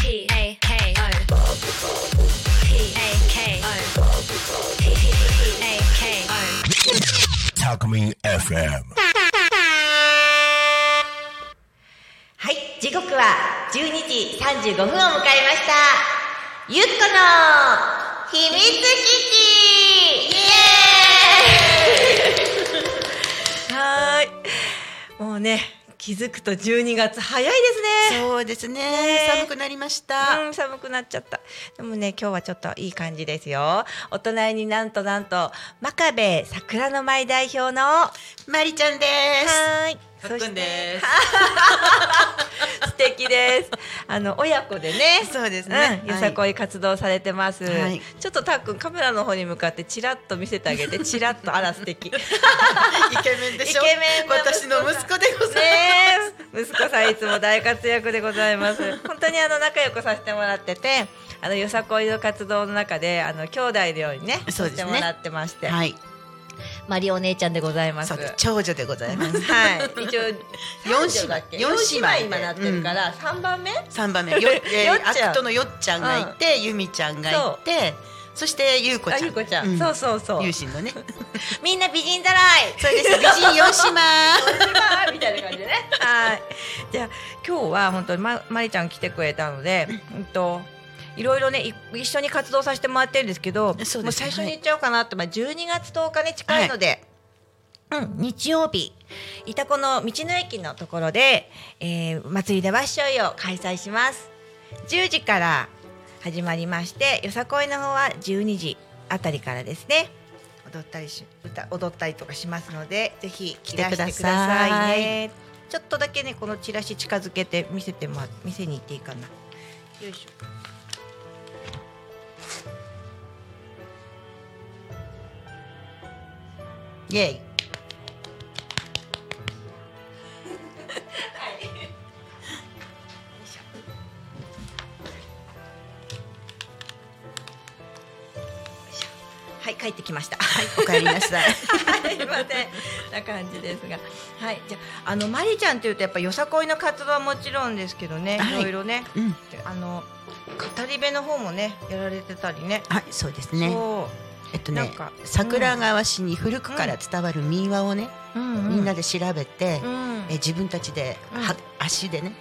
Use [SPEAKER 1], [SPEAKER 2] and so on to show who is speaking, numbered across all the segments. [SPEAKER 1] P A K O P A K O P A K O
[SPEAKER 2] Talk Me FM.
[SPEAKER 3] はい、時刻は12時35分を迎えました。ゆっこの秘密基地イエーイはーい。もうね、気づくと12月早いですね。
[SPEAKER 4] そうですね
[SPEAKER 3] ね
[SPEAKER 4] 寒くなりました、
[SPEAKER 3] うん、寒くなっちゃった。でもね、今日はちょっといい感じですよ。お隣になんとなんと、真壁桜の舞代表の、は
[SPEAKER 4] まりちゃんで
[SPEAKER 3] ーい。。
[SPEAKER 4] すかっくんです
[SPEAKER 3] 素敵です。あの親子でね。
[SPEAKER 4] すそうですね、
[SPEAKER 3] うん、よ
[SPEAKER 4] は
[SPEAKER 3] さ
[SPEAKER 4] い
[SPEAKER 3] こい活動されてます。
[SPEAKER 4] はい
[SPEAKER 3] ちょっとたっくんカメラの方に向かってチラッと見せてあげ て、チラッとあら素敵。ね
[SPEAKER 4] イケメンでしょ
[SPEAKER 3] イケメンの息子
[SPEAKER 4] 私の息子でございます、
[SPEAKER 3] え、息子さんいつも大活躍でございます。本当にあの仲良くさせてもらってて、あのよさこいの活動の中であの兄弟のようにね、
[SPEAKER 4] そ
[SPEAKER 3] さ
[SPEAKER 4] うで
[SPEAKER 3] せ
[SPEAKER 4] す
[SPEAKER 3] て
[SPEAKER 4] ね
[SPEAKER 3] もらってまして、
[SPEAKER 4] はい
[SPEAKER 3] マリお姉ちゃんでございます
[SPEAKER 4] そう。です長女でございます
[SPEAKER 3] はい、一応
[SPEAKER 4] 四
[SPEAKER 3] 四
[SPEAKER 4] 姉
[SPEAKER 3] 女
[SPEAKER 4] 妹
[SPEAKER 3] だっけ
[SPEAKER 4] 四姉妹
[SPEAKER 3] 四姉妹今なってるから三番目。
[SPEAKER 4] 三番目 よ、えー、
[SPEAKER 3] よっ
[SPEAKER 4] ア
[SPEAKER 3] ちゃん
[SPEAKER 4] クトのよっちゃんがいて、ゆみちゃんがいてそしてゆうこちゃ
[SPEAKER 3] あ
[SPEAKER 4] ん
[SPEAKER 3] ゆうこちゃ、
[SPEAKER 4] うん
[SPEAKER 3] そうそう そう。
[SPEAKER 4] ゆうしんのね
[SPEAKER 3] みんな美人だらい。
[SPEAKER 4] そうです美人よしま
[SPEAKER 3] みたいな感じでね。はい。じゃあ今日は本当にままりちゃん来てくれたので、うんと。いろいろねい一緒に活動させてもらってるんですけど
[SPEAKER 4] そうですね
[SPEAKER 3] もう最初に言っちゃおうかなって、まあ、12月10日ね近いので、うん、日曜日イタコの道の駅のところで、えー、祭り出ましょうよ開催します10時から始まりましてよさこいの方は12時あたりからですね踊ったりし歌踊ったりとかしますのでぜひ来てくだ
[SPEAKER 4] 来てくだ
[SPEAKER 3] さ
[SPEAKER 4] さ
[SPEAKER 3] い
[SPEAKER 4] い
[SPEAKER 3] ねちょっとだけねこのチラシ近づけて見せてもら見せに行っていいかなよいしょ
[SPEAKER 4] イエイ
[SPEAKER 3] はい 帰ってきました
[SPEAKER 4] おかえりなさい
[SPEAKER 3] はい、すいません。な感じですが、はい、じゃあ、あの、まりちゃんっていうと、やっぱよさこいの活動はもちろんですけどね、
[SPEAKER 4] はい
[SPEAKER 3] いろいろね。
[SPEAKER 4] うん
[SPEAKER 3] であの、語り部の方もね、やられてたりね。
[SPEAKER 4] はいそうですね
[SPEAKER 3] そ
[SPEAKER 4] えっと
[SPEAKER 3] なん
[SPEAKER 4] ね
[SPEAKER 3] か
[SPEAKER 4] 桜川市に古くから伝わる民話をね、
[SPEAKER 3] う、うん
[SPEAKER 4] みんな。で調べて、
[SPEAKER 3] うん、
[SPEAKER 4] え自分たちで、は
[SPEAKER 3] うん
[SPEAKER 4] 足でね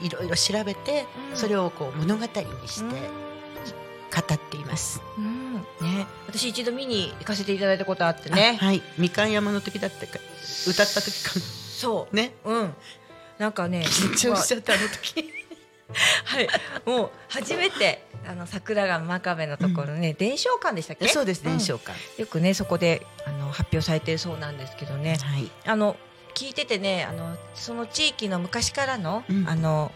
[SPEAKER 3] うん、
[SPEAKER 4] いろいろ調べて、
[SPEAKER 3] うん
[SPEAKER 4] それをこう物語にして語っています。
[SPEAKER 3] うん、ね、私一度見に行かせていただいたことあってね。
[SPEAKER 4] あはい、みかん山の時だったか歌った時か
[SPEAKER 3] そう、
[SPEAKER 4] なね
[SPEAKER 3] うん、なんかね、
[SPEAKER 4] 緊張しちゃったあの時。
[SPEAKER 3] はい、もう初めて、あの桜が真壁のところね、伝承館でしたっけ。
[SPEAKER 4] そうですね、
[SPEAKER 3] ん
[SPEAKER 4] 伝承館。
[SPEAKER 3] よくねそこであの発表されてるそうなんですけどね
[SPEAKER 4] はい。
[SPEAKER 3] あの聞いててねあのその地域の昔からの、
[SPEAKER 4] うん
[SPEAKER 3] あの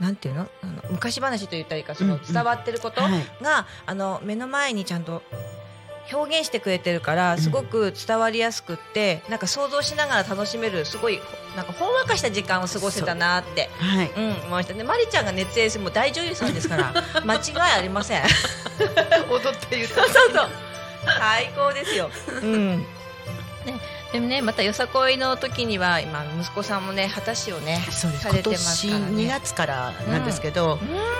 [SPEAKER 3] なんていうのあの昔話と言ったりかそ
[SPEAKER 4] うん
[SPEAKER 3] の
[SPEAKER 4] うん
[SPEAKER 3] 伝わってることが、
[SPEAKER 4] はい。
[SPEAKER 3] あの目の前にちゃんと表現してくれてるから
[SPEAKER 4] ん
[SPEAKER 3] すごく伝わりやすくって、なんか想像しながら楽しめるすごいなんかほんわかした時間を過ごせたなって。
[SPEAKER 4] はい。
[SPEAKER 3] うん、思いましたね。まりちゃんが熱演するもう大女優さんですから、 間違いありません。
[SPEAKER 4] 踊って言った。
[SPEAKER 3] そうそう。最高ですよ。うん。ね、でもね、またよさこいの時には、今息子さんもね、果たしを ね。
[SPEAKER 4] そうです。
[SPEAKER 3] さ
[SPEAKER 4] 今
[SPEAKER 3] れてます
[SPEAKER 4] 年
[SPEAKER 3] からね
[SPEAKER 4] 2月からなんですけど、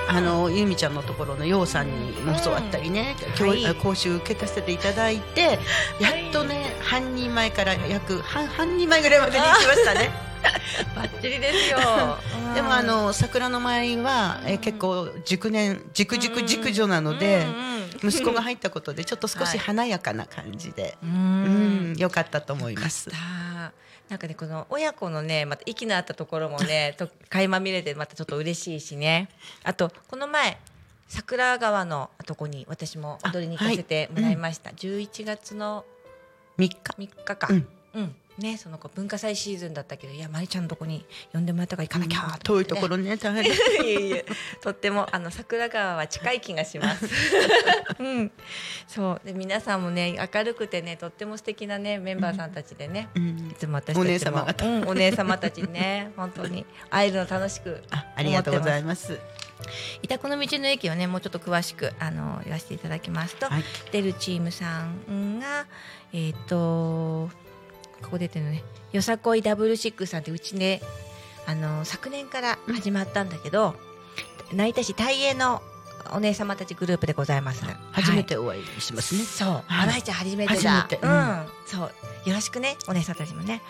[SPEAKER 4] あのゆみちゃんのところのようさんにも教わったりね、教
[SPEAKER 3] はい
[SPEAKER 4] 講習受けさせていただいて、やっとね半人前から約半半人前ぐらいまでに行きましたね。
[SPEAKER 3] バッチリ ですよ。
[SPEAKER 4] でもあの桜の舞は、えー結構熟年熟熟熟女な
[SPEAKER 3] うん、
[SPEAKER 4] ので、
[SPEAKER 3] うん
[SPEAKER 4] 息子が入ったことでちょっと少
[SPEAKER 3] はい
[SPEAKER 4] し華やかな感じで、
[SPEAKER 3] うん、
[SPEAKER 4] う
[SPEAKER 3] うん
[SPEAKER 4] ん、良かったと思います。
[SPEAKER 3] あーなんかねこの親子のねまた息の合ったところも ねと垣間見れてまたちょっと嬉しいしねあとこの前桜川のとこに私も踊りに行かせてもらいました、11月の
[SPEAKER 4] 三日、
[SPEAKER 3] 3日か、
[SPEAKER 4] うん
[SPEAKER 3] うんね、その子文化祭シーズンだったけどいやまりちゃんのとこに呼んでもらったから行かなきゃと思って、
[SPEAKER 4] 遠いところね 大変。
[SPEAKER 3] いえいえとってもあの桜川は近い気がし ます。うん、そうで皆さんもね明るくてねとっても素敵なねメンバーさんたちでね、
[SPEAKER 4] うん
[SPEAKER 3] い、つも私たちも
[SPEAKER 4] お姉様方
[SPEAKER 3] うんお姉様たちね本当に会えるの楽しく
[SPEAKER 4] あありがとうございます。
[SPEAKER 3] いたこの道の駅をねもうちょっと詳しくあの言わせていただきますと、
[SPEAKER 4] はい
[SPEAKER 3] 出るチームさんがえっ、とここ出てるのねよさこいダブルシックスさんってうちねあの昨年から始まったんだけど、成田市大英のお姉様たちグループでございます。
[SPEAKER 4] 初めてお会いしますね。
[SPEAKER 3] そう、
[SPEAKER 4] はい
[SPEAKER 3] 新井ちゃん初めてだ。
[SPEAKER 4] 初めて
[SPEAKER 3] う、
[SPEAKER 4] うんん
[SPEAKER 3] そう、よろしくね、お姉さんたちも ね。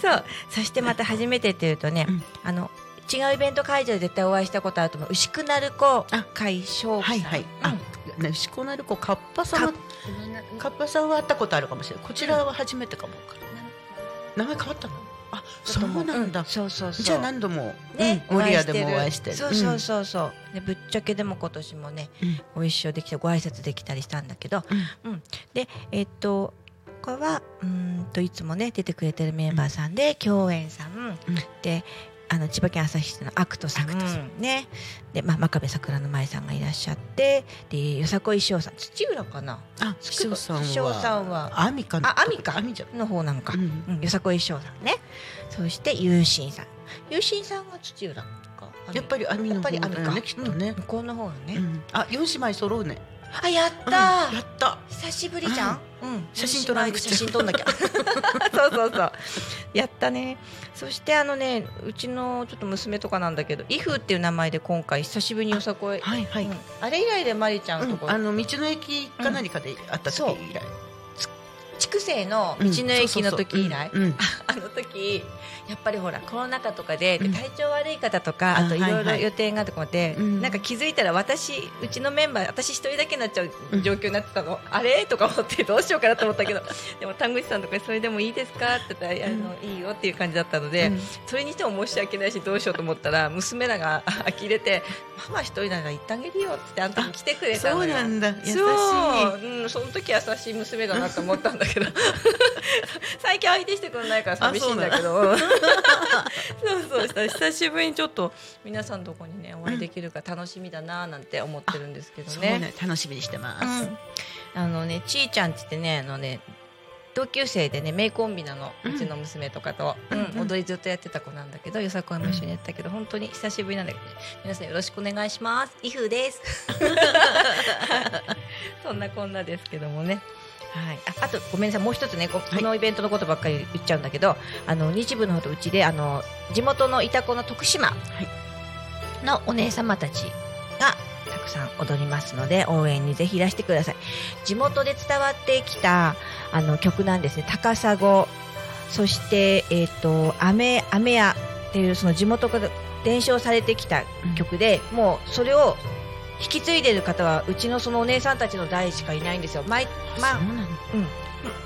[SPEAKER 3] そう、そしてまた初めてっていうとね、
[SPEAKER 4] うん
[SPEAKER 3] あの。違うイベント会場で絶対お会いしたことあると思う。牛久鳴子
[SPEAKER 4] あ
[SPEAKER 3] 会賞。
[SPEAKER 4] はいはい。あ、ね、しこなる子カッパさんはカッパさんは会ったことあるかもしれない。こちらは初めてかもわからない。名前変わったの？あ、そうなんだ。
[SPEAKER 3] そうそうそう。
[SPEAKER 4] じゃあ何度も
[SPEAKER 3] ね、
[SPEAKER 4] うん、オリアでもお会いしてる。
[SPEAKER 3] そうそうそうそう、でぶっちゃけでも今年もね、
[SPEAKER 4] うん
[SPEAKER 3] ご一緒できてご挨拶できたりしたんだけど、うんでえっとこれはうーんといつもね出てくれてるメンバーさんで、共演さん、
[SPEAKER 4] うん
[SPEAKER 3] であの千葉県旭市のアクトさん
[SPEAKER 4] アクトさ
[SPEAKER 3] ねで、まあ、真壁桜の舞さんがいらっしゃってでよさこいしおさん土浦かな
[SPEAKER 4] うん。あ、師匠さんは。
[SPEAKER 3] 土浦さんは
[SPEAKER 4] アミかな。
[SPEAKER 3] あアミか
[SPEAKER 4] アミじゃん。
[SPEAKER 3] の方なんか、
[SPEAKER 4] うん
[SPEAKER 3] うん、よさこいしおさんねそしてゆうしんさんゆうしんさんは土浦か
[SPEAKER 4] やっぱりアミ
[SPEAKER 3] や
[SPEAKER 4] の
[SPEAKER 3] っぱ
[SPEAKER 4] 方
[SPEAKER 3] り
[SPEAKER 4] だ
[SPEAKER 3] あ
[SPEAKER 4] よ
[SPEAKER 3] るか、
[SPEAKER 4] ねきっとね
[SPEAKER 3] うん。向こうの方のね、
[SPEAKER 4] うんあ、四姉妹揃うね。
[SPEAKER 3] あやっ
[SPEAKER 4] う
[SPEAKER 3] た
[SPEAKER 4] ん
[SPEAKER 3] ー、
[SPEAKER 4] やった。
[SPEAKER 3] 久しぶりじゃん、うん、
[SPEAKER 4] 写真撮らなくちゃ
[SPEAKER 3] 写真撮んなきゃ そうそうそうやったねそしてあのねうちのちょっと娘とかなんだけどイフっていう名前で今回久しぶりによさこい
[SPEAKER 4] はいはい。
[SPEAKER 3] うんあれ以来でまりちゃんのとこ
[SPEAKER 4] うん
[SPEAKER 3] ろ、
[SPEAKER 4] あの道の駅か何かで会った時以来。
[SPEAKER 3] 筑西の道
[SPEAKER 4] うん
[SPEAKER 3] の駅の時以来、
[SPEAKER 4] そうそうそううんうん
[SPEAKER 3] あの時やっぱりほらコロナ禍とかで
[SPEAKER 4] うん
[SPEAKER 3] 体調悪い方とか、
[SPEAKER 4] あ
[SPEAKER 3] あとい
[SPEAKER 4] はい
[SPEAKER 3] ろ
[SPEAKER 4] はい
[SPEAKER 3] いろ予定がとかで、
[SPEAKER 4] うん
[SPEAKER 3] なんか気づいたら私うちのメンバー私一人だけになっちゃう状況になってたの、あれとか思ってどうしようかなと思ったけど でも丹口さんとかにそれでもいいですかって言ったらあの、いいよっていう感じだったので、
[SPEAKER 4] うん
[SPEAKER 3] それにしても申し訳ないしどうしようと思ったら娘らが呆れてママ一人なら行ってあげるよってってあんたも来てくれた
[SPEAKER 4] そ
[SPEAKER 3] の
[SPEAKER 4] う
[SPEAKER 3] よ
[SPEAKER 4] なんだ。優しい。
[SPEAKER 3] そう、うん、その時優しい娘だなと思ったんだ けど最近相手してくれないから寂しいんだけどうんそうそう久しぶりにちょっと皆さんとこにねお会いできるか楽しみだななんて思ってるんですけど
[SPEAKER 4] そう
[SPEAKER 3] ね。
[SPEAKER 4] ね。楽しみにしてま
[SPEAKER 3] う
[SPEAKER 4] す。
[SPEAKER 3] んあのねちーちゃんって言ってねあのね同級生でね名コンビなの
[SPEAKER 4] うん
[SPEAKER 3] うちの娘とかと、うん
[SPEAKER 4] うん
[SPEAKER 3] 踊りずっとやってた子なんだけどよさこいも一緒にやったけど本当に久しぶりなんだけど、ね、皆さんよろしくお願いしますイフです そんなこんなですけどもねはい、ああとごめんなさいもう一つねここのイベントのことばっかり言っちゃうんだけど、あの日部のほどうちであの地元のいたこの徳島のお姉様たちがたくさん踊りますので応援にぜひいらしてください地元で伝わってきたあの曲なんですね高砂そしてえっ、と雨雨やっていうその地元から伝承されてきた曲で、もうそれを引き継いでる方はうちのそのお姉さんたちの代しかいないんですよ毎,、ま
[SPEAKER 4] そうなんだ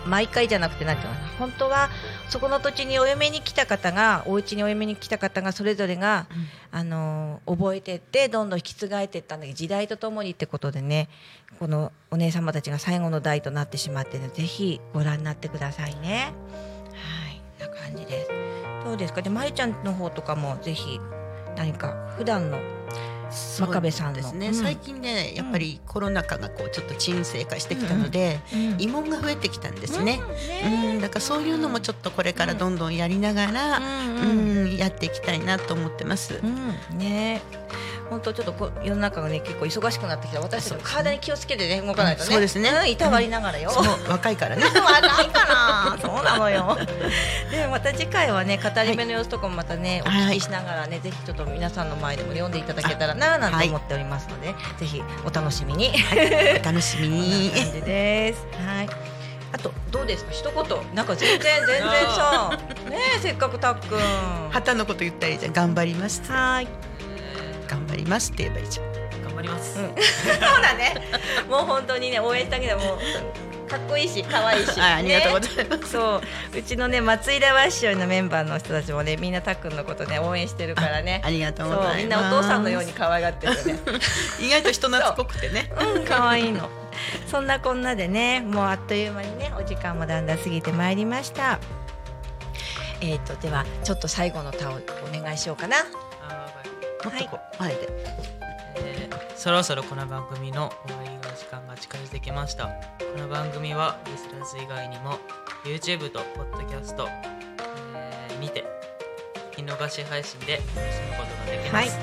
[SPEAKER 3] 毎回じゃなくてなんていうのかな本当はそこの土地にお嫁に来た方がお家にお嫁に来た方がそれぞれがあのー覚えてってどんどん引き継がれていったんだけど時代とともにってことでねこのお姉様たちが最後の代となってしまってねぜひご覧になってくださいね。はいこんな感じですどうですかでまゆちゃんの方とかもぜひ何か普段の
[SPEAKER 4] そう
[SPEAKER 3] 真壁さんの
[SPEAKER 4] ですね、
[SPEAKER 3] うん
[SPEAKER 4] 最近ねやっぱりコロナ禍がこうちょっと沈静化してきたので、慰問が増えてきたんですね、うんだからそういうのもちょっとこれからどんどんやりながら、
[SPEAKER 3] うんう
[SPEAKER 4] う
[SPEAKER 3] ん
[SPEAKER 4] んやっていきたいなと思ってます、
[SPEAKER 3] うん、ね本当ちょっとこう世の中がね結構忙しくなってきた私たちも体に気をつけてね動かないとね
[SPEAKER 4] そうですね
[SPEAKER 3] んいたわりながらよ、
[SPEAKER 4] そう若いからね
[SPEAKER 3] わない かなそうなのよ でもまた次回はね語り部の様子とかもまたね、
[SPEAKER 4] はい
[SPEAKER 3] お聞きしながらねぜひちょっと皆さんの前でも読んでいただけたらなあなんて思っておりますので、ぜひお楽しみに、
[SPEAKER 4] お楽しみ
[SPEAKER 3] こん
[SPEAKER 4] に
[SPEAKER 3] な感じですはいあとどうですか一言なんか全然全然さ ねえせっかくたっくんは
[SPEAKER 4] 旗のこと言ったりじゃん頑張ります
[SPEAKER 3] ーい
[SPEAKER 4] 頑張りますって言えばいいじゃん
[SPEAKER 5] 頑張ります。
[SPEAKER 3] うんそうだね。もう本当にね応援したけどもうかっこいいし可愛いし。
[SPEAKER 4] あありがとうご
[SPEAKER 3] ね
[SPEAKER 4] ざいます、
[SPEAKER 3] そううちのね松井田ワッショイのメンバーの人たちもねみんなたっくんのことね応援してるからね
[SPEAKER 4] ありがと
[SPEAKER 3] そう
[SPEAKER 4] ござ
[SPEAKER 3] う
[SPEAKER 4] います
[SPEAKER 3] みんなお父さんのように可愛がってるよ ね
[SPEAKER 4] 意外と人懐っこくてね
[SPEAKER 3] うん可愛いのそんなこんなでねもうあっという間にねお時間もだんだん過ぎてまいりましたえっ、とではちょっと最後のタオルお願いしようかな
[SPEAKER 4] もっとこう前で
[SPEAKER 5] えーそろそろこの番組の終わりの時間が近づいてきました。この番組はリスラズ以外にも YouTube と Podcast、えーにて見逃し配信で楽しむことができます。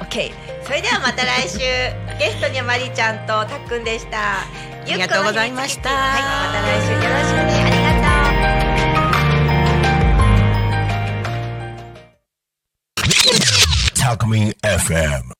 [SPEAKER 3] OK それではまた来週 ゲストにはマリちゃんとたっくんでしたあ
[SPEAKER 4] りがとうございました
[SPEAKER 3] はい、また来週よろしくねありがと
[SPEAKER 2] Talk Talk
[SPEAKER 3] う
[SPEAKER 2] Me FM.